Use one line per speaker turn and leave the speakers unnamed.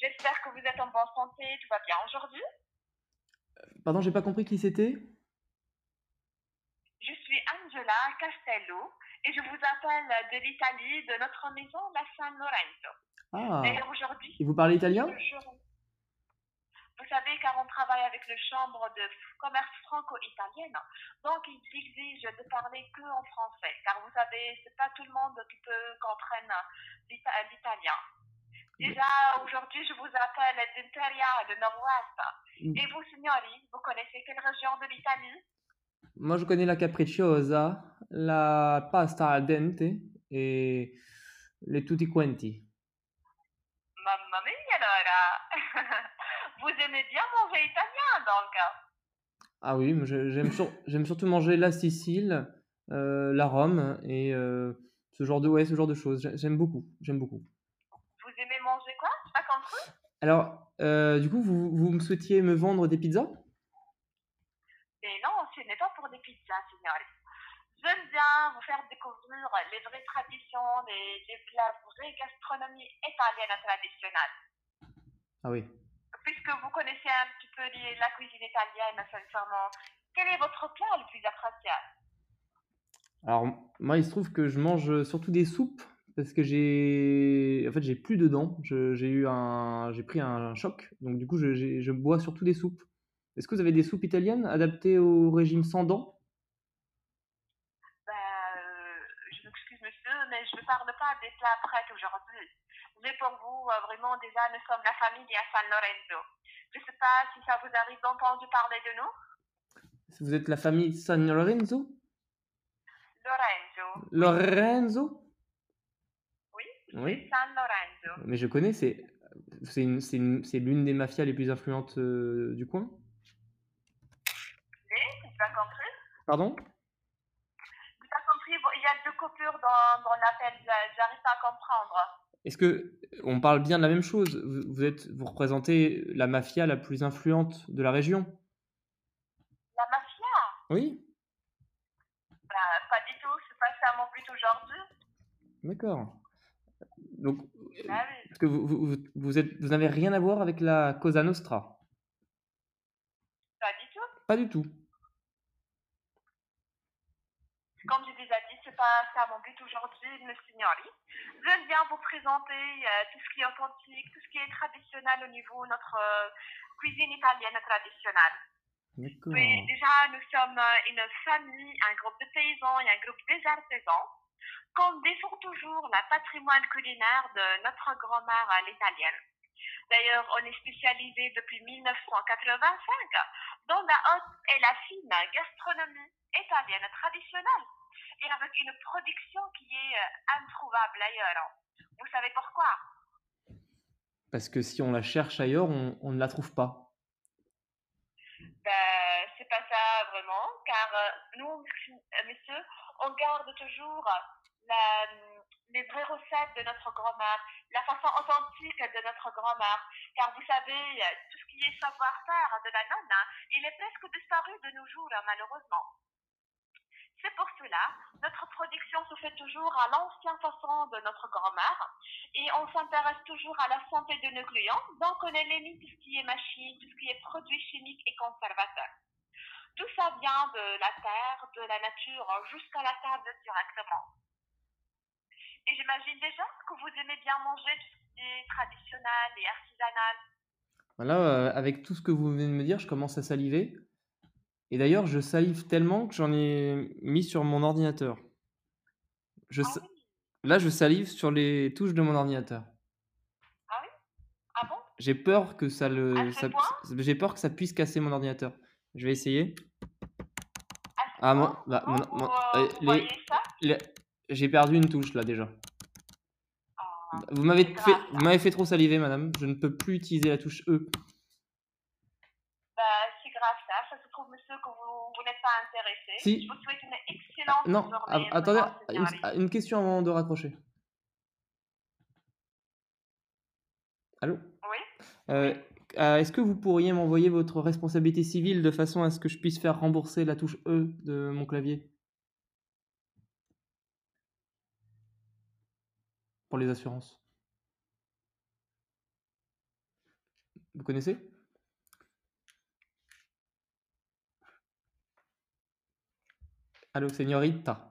J'espère que vous êtes en bonne santé, tout va bien aujourd'hui.
Pardon, j'ai pas compris qui c'était.
Je suis Angela Castello et je vous appelle de l'Italie, de notre maison, la San Lorenzo.
Ah,
D'ailleurs, aujourd'hui,
et vous parlez italien
le jour- Vous savez, car on travaille avec le Chambre de commerce franco-italienne, donc ils exigent de parler que en français, car vous savez, c'est pas tout le monde qui peut comprendre l'ita- l'italien. Déjà, aujourd'hui, je vous appelle d'Interia, de Nord-Ouest.
Mm.
Et vous, signori, vous connaissez quelle région de l'Italie
Moi, je connais la capricciosa, la pasta al dente et les tutti quanti.
Mamma mia, alors Vous aimez bien manger italien, donc
Ah oui, mais je- j'aime sur- j'aime surtout manger la Sicile, euh, la Rome et euh, ce genre de ouais, ce genre de choses. J'a- J'aime beaucoup, j'aime beaucoup.
Vous aimez manger quoi J'ai pas compris
Alors, euh, du coup, vous, vous me souhaitiez me vendre des pizzas
Mais non, ce n'est pas pour des pizzas, signori. J'aime bien vous faire découvrir les vraies traditions, les, les, la vraie gastronomie italienne traditionnelle.
Ah oui.
Puisque vous connaissez un petit peu les- la cuisine italienne, sincèrement, quel est votre plat le plus apprécié
Alors, moi, il se trouve que je mange euh, surtout des soupes parce que j'ai, en fait, j'ai plus de dents. Je- J'ai eu un, j'ai pris un choc, donc du coup, je, j'ai- je bois surtout des soupes. Est-ce que vous avez des soupes italiennes adaptées au régime sans dents
Ben, euh, je m'excuse, monsieur, mais je ne parle pas des plats prêts aujourd'hui. Mais pour vous, euh, vraiment, déjà, nous sommes la famille à San Lorenzo. Je ne sais pas si ça vous arrive d'entendre parler de nous.
Vous êtes la famille San Lorenzo
Lorenzo.
Lorenzo
Oui.
Oui.
San Lorenzo.
Mais je connais, c'est, c'est une- c'est une- c'est l'une des mafias les plus influentes euh, du coin.
Tu as compris
Pardon
Tu as compris Bon, Il y a deux coupures dans, dans l'appel, j'a- j'arrive pas à comprendre.
Est-ce que euh, on parle bien de la même chose vous, vous êtes, vous représentez la mafia la plus influente de la région
La mafia
Oui,
Ben, Pas du tout, c'est pas ça mon but aujourd'hui.
d'accord. Donc,
Ah oui.
est-ce que vous, vous, vous- vous êtes, vous n'avez rien à voir avec la Cosa Nostra
Pas du tout.
Pas du tout.
Comme j'ai déjà dit, c'est pas ça mon but aujourd'hui, me signaler. Je viens vous présenter euh, tout ce qui est authentique, tout ce qui est traditionnel au niveau de notre euh, cuisine italienne traditionnelle.
D'accord.
Oui, déjà, nous sommes euh, une famille, un groupe de paysans et un groupe des artisans. Qu'on défend toujours la patrimoine culinaire de notre grand-mère euh, l'italienne. D'ailleurs, on est spécialisé depuis 1985 dans la haute et la fine gastronomie italienne traditionnelle et avec une production qui est euh, introuvable ailleurs. Vous savez pourquoi
Parce que si on la cherche ailleurs, on, on ne la trouve pas.
Ben, c'est pas ça vraiment, car euh, nous, euh, messieurs, on garde toujours la, les vraies recettes de notre grand-mère, la façon authentique de notre grand-mère, car vous savez, euh, tout ce qui est savoir-faire de la nonne, hein, il est presque disparu de nos jours, hein, malheureusement. C'est pour cela, notre production se fait toujours à l'ancienne façon de notre grand-mère et on s'intéresse toujours à la santé de nos clients. Donc, on élimine tout ce qui est machine, tout ce qui est produits chimiques et conservateurs. Tout ça vient de la terre, de la nature, hein, jusqu'à la table directement. Et j'imagine déjà que vous aimez bien manger tout ce qui est traditionnel et artisanal.
Voilà, euh, avec tout ce que vous venez de me dire, je commence à saliver. Et d'ailleurs, je salive tellement que j'en ai mis sur mon ordinateur. Je,
Ah
sa-
oui,
là, je salive sur les touches de mon ordinateur.
ah bon
J'ai peur que ça le,
À ce
ça-
point
j'ai peur que ça puisse casser mon ordinateur. Je vais essayer.
À ce point
Ah, mon- bah,
Bon,
mon-
vous,
mon-
euh,
euh,
vous
les-
voyez ça
les- j'ai perdu une touche là déjà.
Ah,
Vous m'avez
c'est
fait,
grave,
vous m'avez fait trop saliver, madame. Je ne peux plus utiliser la touche E.
bah, C'est grave ça. Ça se trouve, monsieur, que vous, vous n'êtes pas intéressé.
Si. Ah,
Je vous souhaite une excellente
Non,
journée.
a- attendez, ah,
vraiment,
une,
Seigneur.
une question avant de raccrocher. Allô
Oui.
Euh, euh, Est-ce que vous pourriez m'envoyer votre responsabilité civile de façon à ce que je puisse faire rembourser la touche E de mon clavier Pour les assurances. Vous connaissez Allô, signorita.